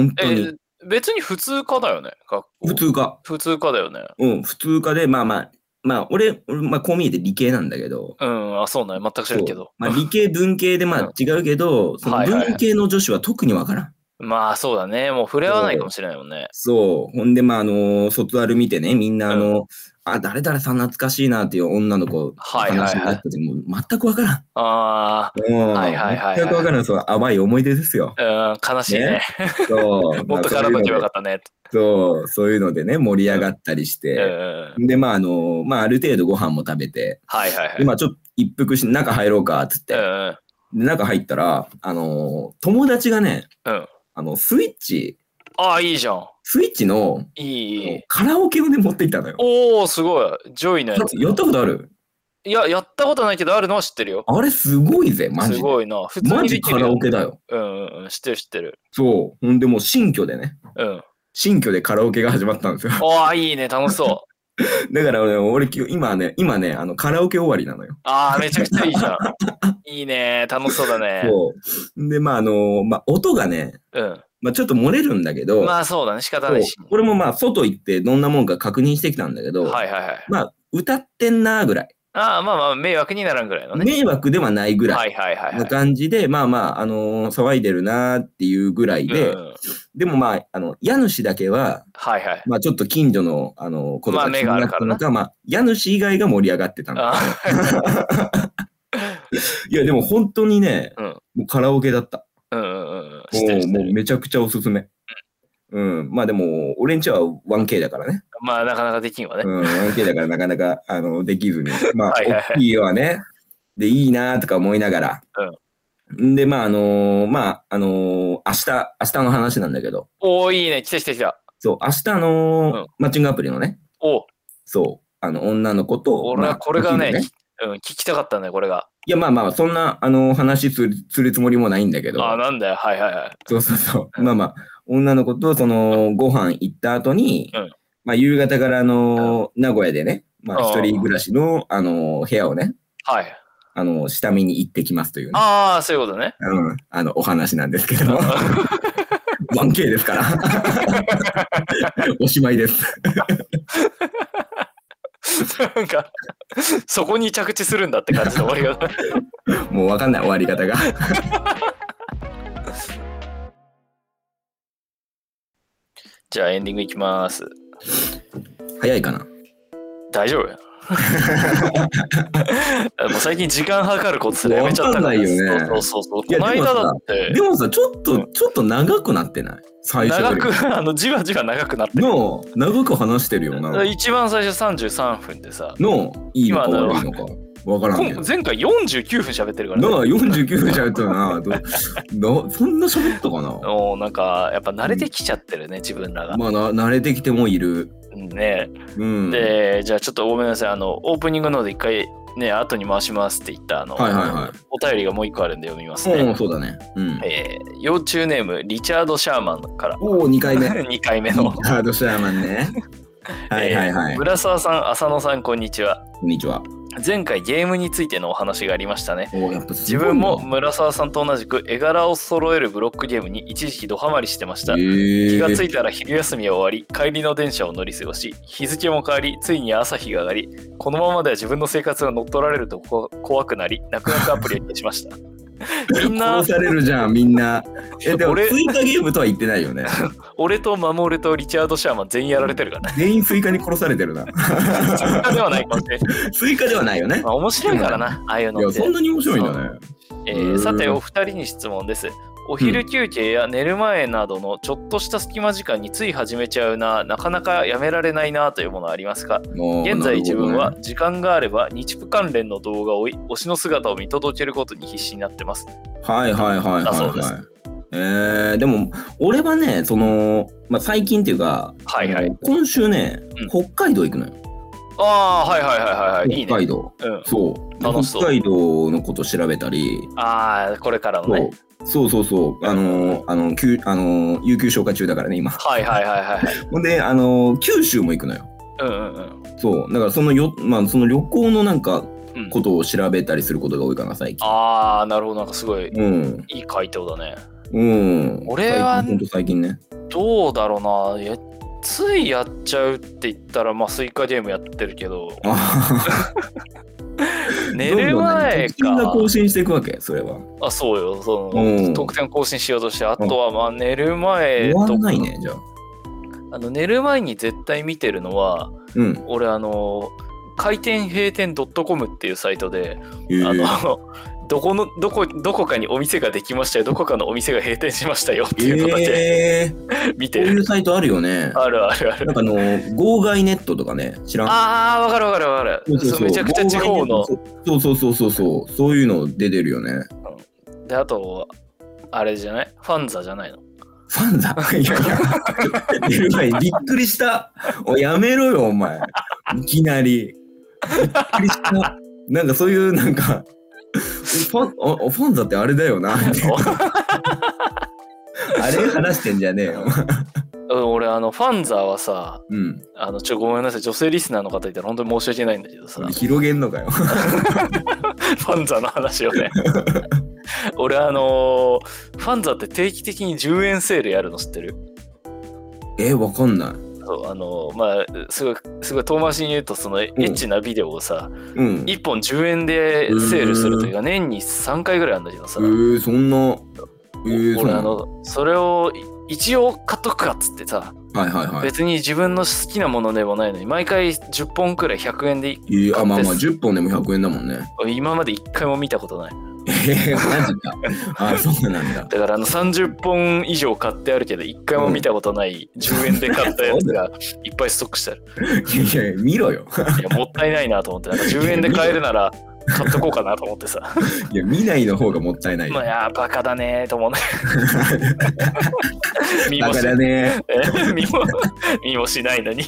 本当に。
え、別に普通科だよね。学校
普。通科。
普通科だよね。
うん、普通科で、まあまあ、まあ、俺、俺まあ、こう見えて理系なんだけど、
うん、あ、そうね、全く知らんけど。
まあ、理系、文系でま
うん
あ違うけど、その
はいはいはい
文系の女子は特にわからん。
まあそうだね。もう触れ合わないかもしれないもんね。
そう。ほんで、まあ、あのー卒アル見てね、みんな、あのーあ、誰々さん懐かしいなっていう女の子、
はいはいはい
話になってて、もう全くわからん。
あ
もう
はいはいはいはい。
全くわからん。そう、淡い思い出ですよ
あ、うん、悲しいね。
ねそう。
もっと絡んどけばよかったね。
そう、そういうのでね、盛り上がったりし
うんう
て。
んうん
で、まあ、あのーまあ、ある程度ご飯も食べて、
はいはいはい。
でまあ、ちょっと一服して、中入ろうか、っつって。
うん
で中入ったら、あのー友達がね、
うん
あの、スイッチ、
ああ、いいじゃん。
スイッチの
いいいい。
カラオケをね、持っていったのよ。
おお、すごい。ジョイのやつ。
やったことある
いや、やったことないけど、あるのは知ってるよ。
あれすごいぜ、マジ
す
で。
ごいな。普通
マ
に
ジ
でき
カ
る
ラオ
よ。
ケだよ。
うんうんうん、知ってる知ってる。
そう。ほんでもう新居でね。
うん。
新居でカラオケが始まったんですよ。
ああ、いいね、楽しそう。
だから俺、俺きゅ今ね、今ね、あの、カラオケ終わりなのよ。
ああ、めちゃくちゃいいじゃん。いいね、楽しそうだね。
そう。で、まあ、あの、まあ、音がね、
うん。
まあ、ちょっと漏れるんだけど、
まあそうだね、仕方ないし。
そう俺もまあ、外行ってどんなもんか確認してきたんだけど、
はいはいはい。
まあ、歌ってんなぐらい。
ああ、まあまあ、迷惑にならんぐらいのね。
迷惑ではないぐら
はいいはいはいは。
ない感じで、まあまあ、あのー騒いでるなーっていうぐらいで、
うん
でもまあ、あの、家主だけは、
はいはい。
まあちょっと近所の、あの、こと
まあ
が気になったのか、まあ、家主以外が盛り上がってたの。
あ
いや、でも本当にね、
うん
もうカラオケだった。
あ、うんうんうん。知
も
ってる知
う
って
もう
る。
めちゃくちゃおすすめ。うん、まあでも、俺んちは 1K だからね。
まあなかなかできんわね。
うん、1K だからなかなかあのできず に。まあ、
はいはいはい
大きい家はね、で、いいなとか思いながら。んで、まあ、あのーまあ、あのー明日、明日の話なんだけど、
おお、いいね、来て来て来た。
そう、明日、あのー
うん
マッチングアプリのね、
おお、
そう、あの、女の子と、
俺
ま
は
あ
これが
お
ね
昼
うん、聞きたかったね、これが。
いや、まあまあ、そんな、あの、話するするつもりもないんだけど、
ああ、なんだよ、はいはいはい。
そうそうそう。まあまあ、女の子と、その、ご飯行った後に、
うん
まあ、夕方から、あの、名古屋でね、まあ、
あー
一人暮らしの、あの、部屋をね、
はい。
あの、下見に行ってきますというね、
ああ、そういうことね。
うん、あの、お話なんですけど、1K ですから。おしまいです。
なんか、そこに着地するんだって感じの終わり が。
もうわかんない、終わり方が。
じゃあエンディングいきます。
早いかな。
大 丈夫や。もう最近時間計ることすらやめちゃったから。
わかんないよね
そうそうそうそう。
いや
この間だって
で、もさ、ちょっと、ちょっと長くなってない最初よ
長
り。
く、あの、じわじわ長くなってる。
の、長く話してるよな。
一番最初33分でさ、
の、いいのか
今の
悪いのか。わからんけど
今。前回49分喋ってるから
な
ね。
あ、49分喋っ たな。どなそんな喋ったかな
もうなんか、やっぱ慣れてきちゃってるね、自分らが。
まあな、慣れてきてもいる。
ね
うん。
で、じゃあちょっとごめんなさい。あの、オープニングので一回、ね、後に回しますって言った、あの、
はいは
お便りがもう一個あるんで読みます
いはい。うん、
ね。
そうだね。うん。
えー、幼虫ネーム、リチャード・シャーマンから。
おお、2 回目。
2回目の。
ハードシャーマ ンね。はいはいは
えー
い。
村沢さん、浅野さん、こんにちは。
こんにちは。
前回ゲームについてのお話がありましたね。
おお、やっぱ
自分も村沢さんと同じく絵柄を揃えるブロックゲームに一時期ドハマりしてました。気
気
がつい
て。
たら昼休みは終わり、帰りの電車を乗り過ごし、日付も変わり、ついに朝日が上がり、このままでは自分の生活が乗っ取られるとこ怖くなり、泣く泣くアプリを消しま した。みんな
殺、されるじゃん、み んな。え、でも、
俺
スイカゲームとは言ってないよね。
俺と守るとリチャード・シャーマン全員やられてる からね。
全員スイカに殺されてるな。
ではないかもしれない。
スイカではない よね
ま。あ面白いからな、ああいう
い
の
や、
って
そん。なに面白いんだね。
え
う
ー
ん
さてお二人に質問です。お昼休憩や寝る前などのちょっとした隙間時間につい始めちゃうな、なかなかやめられないなというものはありますか
もう
現在
なるほどね
自分は時間があれば日プ関連の動画を追い推しの姿を見届けることに必死になってます。
はいはいはいはい、
だそう
は
で
い
す
えーでも俺はねその、まあ、最近っていうか、
はいはい
あの今週ね、
うん
北海道行くのよ
ああー、はいはいはいはいはい。いい
北
ね。
海道
うん、
そう
楽しそう
北海道のこと調べたり
ああ、これからの
そう
ね。
そうそうそうあのーあのきゅあのー有給消化中だからね今
はいはいはいはいはい。
ほんであのー九州も行くのよ
うんうんうん。
そうだからそのよ、まあ、その旅行のなんか
うん
ことを調べたりすることが多いかな最近
ああ、なるほど。なんかすごい
うん
いい回答だね。
うん
俺は
最近ほんと最近ね
どうだろうな。いやついや っちゃうって言ったら、まあ、スイカゲームやってるけど、
あ
寝る前
どんどんね得点が
か。
更新していくわけ、それは。
あ、そうよ。そ
うん
の、得点更新しようとして、あとは、まあ、寝る前
終
と
わ
か
んないね、じゃあ。
あの、寝る前に絶対見てるのは、
うん。
俺、あの、回転閉店 .com っていうサイトで、
え
あ
ー、
の、 どこの、どこ、どこかにお店ができましたよ、どこかのお店が閉店しましたよっていうのだけ
えー、こ
見て
うい
る。
うサイトあるよね。
あるあるある
な。んかあの、号外ネットとかね、知らん。
ああ、わかるわかるわか
そう
る。
そう
そ
そう
うめちゃくちゃ地方の。
そうそうそうそうそう、そういうの出てるよね。
で、あと、あれじゃないファンザじゃないの
ファ ンだ。いやいや、出る前に びっくりした。おやめろよ、お前。いきなり。びっくりした。なんかそういう、なんか、ファンあファンだってあれだ よな。あれ話してんじゃねえよ。
うん俺、あの、ファンザはさ、
うん。
あの、ちょ、ごめんなさい、女性リスナーの方いたら本当に申し訳ないんだけどさ、
広げんのかよ。
ファンザの話を ね。俺、あのーファンザって定期的に10円セールやるの知ってる
え、わかんない。
そう、あのーまあ、すごい、すごい遠回しに言うと、そのエッチなビデオをさ、
うん。え
1本10円でセールするというか、年に3回ぐらいあるんだけどさ、
ー、そんな。えー、そん
俺、
な
あの、それを一応買っとくかっつってさ、
はいはいはい。
別に自分の好きなものでもないのに毎回10本くらい100円で
えー、あ、まあまあ、
です
10本でも100円だも んね。
今まで1回も見たことない
えー、マジか。あ、そうなんだ。
だからあの30本以上買ってあるけど1回も見たことない10円で買ったやつ がいっぱいストックしてある
いやいや、見ろよ。
いやもったいないなと思ってなんか10円で買えるなら買っとこうかなと思ってさ
いや、見ないの方がもったいない。
まあいやーバカだねーと 思うね見
バ
も
カ
し
だね。
え見も見もしないのに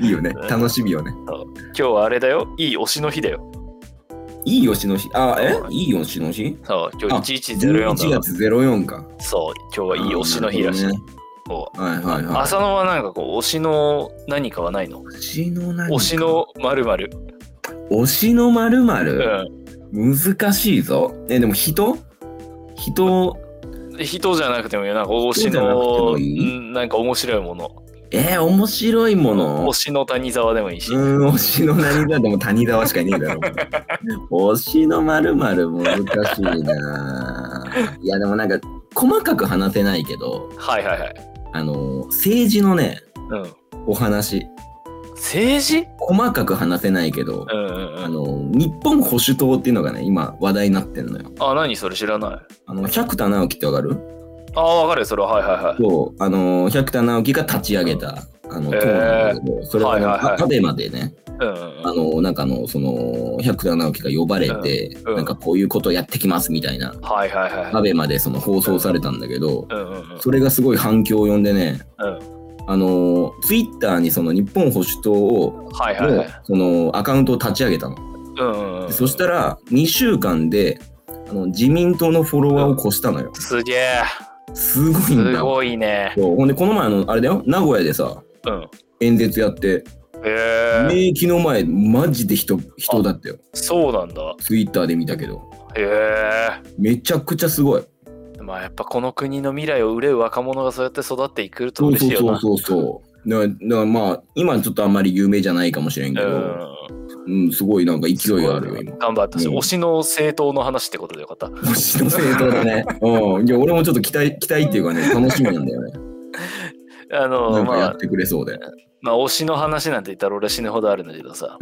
いいよね。楽しみよね。
今日はあれだよいい推しの日だよ
いいよしの日。あ、え
そう
いいよしの日
そう今日1104
?11
だ
月04か。
そう今日はいい推しの日らしい、
あーなる
そう
ほどねはいはいはい。
浅野はなんかこう推しの何かはないの
推しの何か
推し。のまるまる
推しのまるま
う
る難しいぞ。え、でも人人、
ん人じゃなくてもいいよなんか推し
人じゃなくて
の
もいい
うんなんか面白いもの
えー、面白いもの
推。しの谷沢でもいいし、
うーん、推しの何だでも谷沢しかいねえだろ。推しのまるまる難しいなぁ。いや、でもなんか、細かく話せないけど、
はいはいはい、
あの、政治のね、
うん、
お話、
政治
細かく話せないけど、
うんうん
あ
うん
の、日本保守党っていうのがね、今話題になってんのよ。
あ何それ知らない
あの、百田直樹ってわかる
ああ分かるよそれははいはいはい
そう、あの、百田直樹が立ち上げた、あの、
えー
党なんだけど、それはね、
はいはいはい
アベマでね、
うんうん
あの、なんかあの、その、百田直樹が呼ばれて、
うん
なんかこういうことやってきますみたいな、
はいはいはい
アベマでその放送されたんだけど、
うんうんうん
それがすごい反響を呼んでね、
うん
あの、ツイッターにその日本保守党を、
はいはいは
の
い
そのアカウントを立ち上げたの。
うんうんうん
そしたら2週間であの自民党のフォロワーを越したのよ。
すげえ
すごいん
す
だ。
ごいね
そうほんでこの前あのあれだよ名古屋でさ
うん
演説やって
へえ
名駅の前マジで人人だったよ
そうなんだ
ツイッターで見たけど
へえ
めちゃくちゃすごい
まあやっぱこの国の未来を憂う若者がそうやって育っていくと
そう
嬉
そ
しいうよ
そ
な。
うそうそうだからだからまあ今ちょっとあんまり有名じゃないかもしれんけど、うんすごいなんか勢いがあるよ
うん
今
頑張って、
うん
推しの政党の話ってことでよかった。
推しの政党だねうんいや俺もちょっと期待期待っていうかね楽しみなんだよね
あ
な
の、
ん か
ま
や
あ
っ、てくれそうで
まあ、推しの話なんて言ったら俺死ぬほどあるんだけど さ。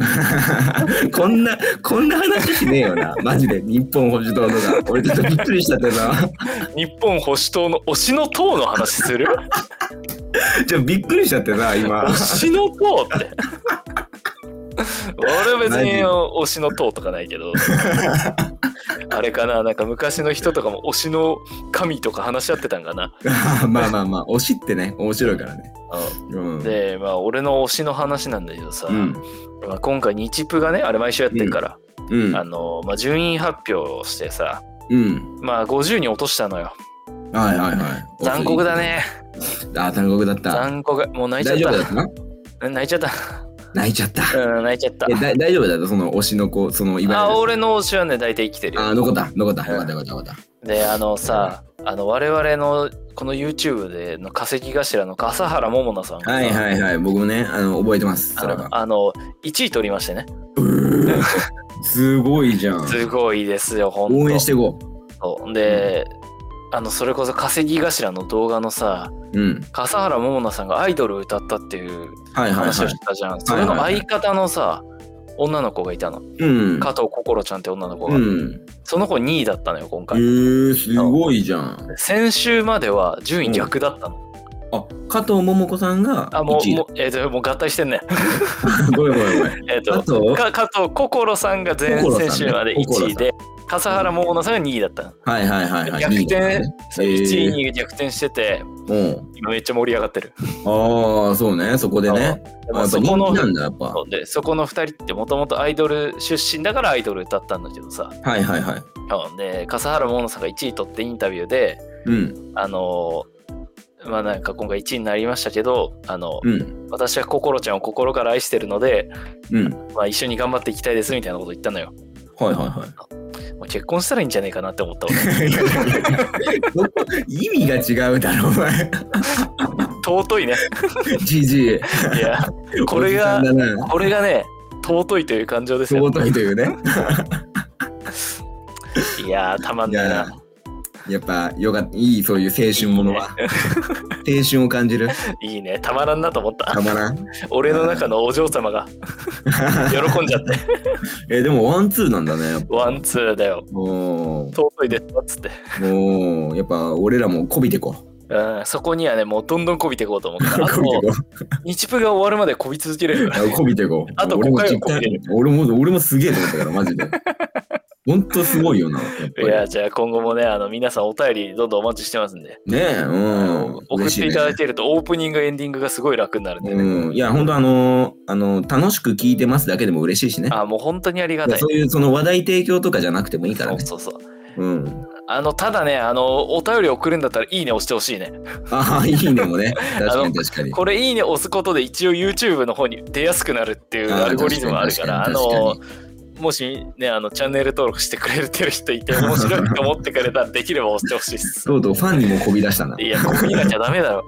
こんな、こんな話しねえよな。マジで、日本保守党とか。俺ちょっとびっくりしちゃったな。
日本保守党の推しの党の話する
ちょっとびっくりしちゃったな、今
推。しの党 って。俺は別
マジ
に推しの党とかないけど。あれかな、なんか昔の人とかも推しの神とか話し合ってたんかな。
まあまあまあ、推しってね、面白いからね。うん。
で、まあ俺の推しの話なんだけどさ。
うん。
まあ、今回日プがねあれ毎週やってるから、
うん
あ。のまあ、順位発表をしてさ
うん。
まあ50に落としたのよ
はいはいはい。
残酷だ。ね
あ、残酷だった。
残酷もう泣い
大
ちゃっ
丈夫だったたな
うん泣いちゃっ
泣いちゃった。
たうん泣いちゃった
えだ大丈夫だったその推しの子、その、いわ
あ
ゆる。
俺の推しはね大体生きてるよ
あ、残った、残った、よかった、よかった、よかっ
であのさあの我々のこの YouTube での化石頭の笠原桃奈さん
た。
が
はい
い
はいはい、僕もね、あの、覚えてます、
あ
それは
の。あの1位取りましてね
すごいじゃん。
すごいですよ、ほんと。
応援していこ
そうで、あの、それこそ稼ぎ頭の動画のさ、
う。うん。
笠原桃奈さんがアイドル歌ったっていう
はいはい
話
は
を
い
し。たじゃん。
はいはい
それの相方のさ、女の子がいたの。
うん。
加藤心ちゃんって女の子が。
うん。
その子2位だったのよ、今
え
回。
ー、すごいじゃん。
先週までは順位逆だったの。
あ、加藤桃子さんが
あ、も
1
う、
位
も
だ
う。、えっ、と、もう合体してんね。
ごめんごめんごめん。
えっ、
加
と、
藤
か加藤心さんが前、
心さんね
先週まで1位で、笠原桃奈さんが2位だったの。
はいはいはいはい。
逆
いいね
転、そう
へー
1位に逆転してて、
うん。
今めっちゃ盛り上がってる。
ああ、そうね。そこでね。
で
あや
も
っぱ
そ
人
この
気なんだ、やっぱ。
そうでそこの2人ってもともとアイドル出身だからアイドル歌ったんだけどさ
はいはいはい。
うんで笠原桃奈さんが1位取ってインタビューで
うん。
あのーまあなんか今回1位になりましたけどあの、
うん。
私は心ちゃんを心から愛してるので、
うん。
まあ、一緒に頑張っていきたいですみたいなこと言ったのよ
はいはい はい。
もう結婚したらいいんじゃないかなって思った俺
意味が違うだろ、お前。
尊いね
じじい。
いやこれが
おじさんだな
これがね尊いという感情ですよ
尊いというね。
いやーたまん
い
ない
や
な、
やっぱ、よかった。いい、そういう青春もの は。青春を感じる。
いいねたまらんなと思った
たまらん。
俺の中のお嬢様が喜んじゃ って
え、でも、ワンツーなんだね。
ワンツーだよ
も
尊いですわっつって、
う、もう、やっぱ、俺らもこびてこ。
うん、そこにはねもうどんどんこびていこうと思うからあと
こびてこ。
日プが終わるまでこび続けれるから
いや こびてこ。
あと
俺も実
ここよこびれ
感、俺も、俺もすげえと思ったから、マジで。 ほんとすごいよな。やっぱ
い
り
やじゃあ今後もねあの皆さんお便りどんどんお待ちしてますんで、
ねえ、うん。
送っ
嬉しね
ていただけるとオープニングエンディングがすごい楽になるんでね、
うん、いや、本当あのーあのー楽しく聞いてますだけでも嬉しいしね。
あもう本当にありが
い
た
や
い
そういうその話題提供とかじゃなくてもいいから
そうそ
ね。
うそう
うん、
あのただねあのお便り送るんだったら「いいね」押してほしいね
ああ、いいねも ね。確か
あの
に確かに。
これ「いいね」押すことで一応 YouTube の方に出やすくなるっていう
あー
アルゴリズムがあるからあ
確かに確かに
のもしねあのチャンネル登録してくれてる人いて面白いと思ってくれたらできれば押してほしいっす
とうとうファンにもこび出したな。
いや、こびなきゃダメ だろ。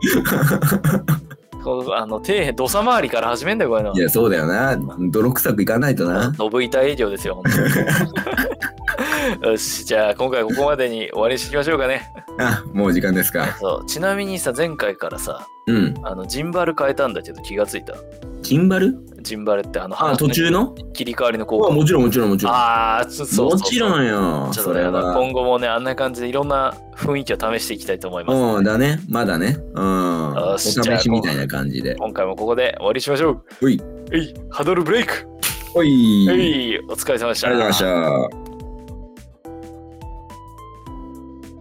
こうあの、底辺、土佐回りから始めんだよ、こういうの
い。や、そうだよな。泥臭くいかないとな。
のぶ板営業ですよ、本当に。よし、じゃあ今回ここまでに終わりにしましょうかね。
あ、もう時間ですか。
そうちなみにさ、前回からさ、
うん。
あのジンバル変えたんだけど気がついた。
チンバル
ジンバルってあの、
あ、途中の
切り替わりの効
あ
果。
もちろんもちろんもちろん。
ああ、そそうそうそう
もちろんよ。
ちょっ
そ
とね、
れ
あの
は。
今後もね、あんな感じでいろんな雰囲気を試していきたいと思います。
うん、だね。まだね。うん。
よ
お試
しじゃあ
しみたいな感じで。
今回もここで終わりにしましょう。
ほい。
えい、ハドルブレイク。
ほい。あ
え
り
い、お疲れ様でし
がとうございました。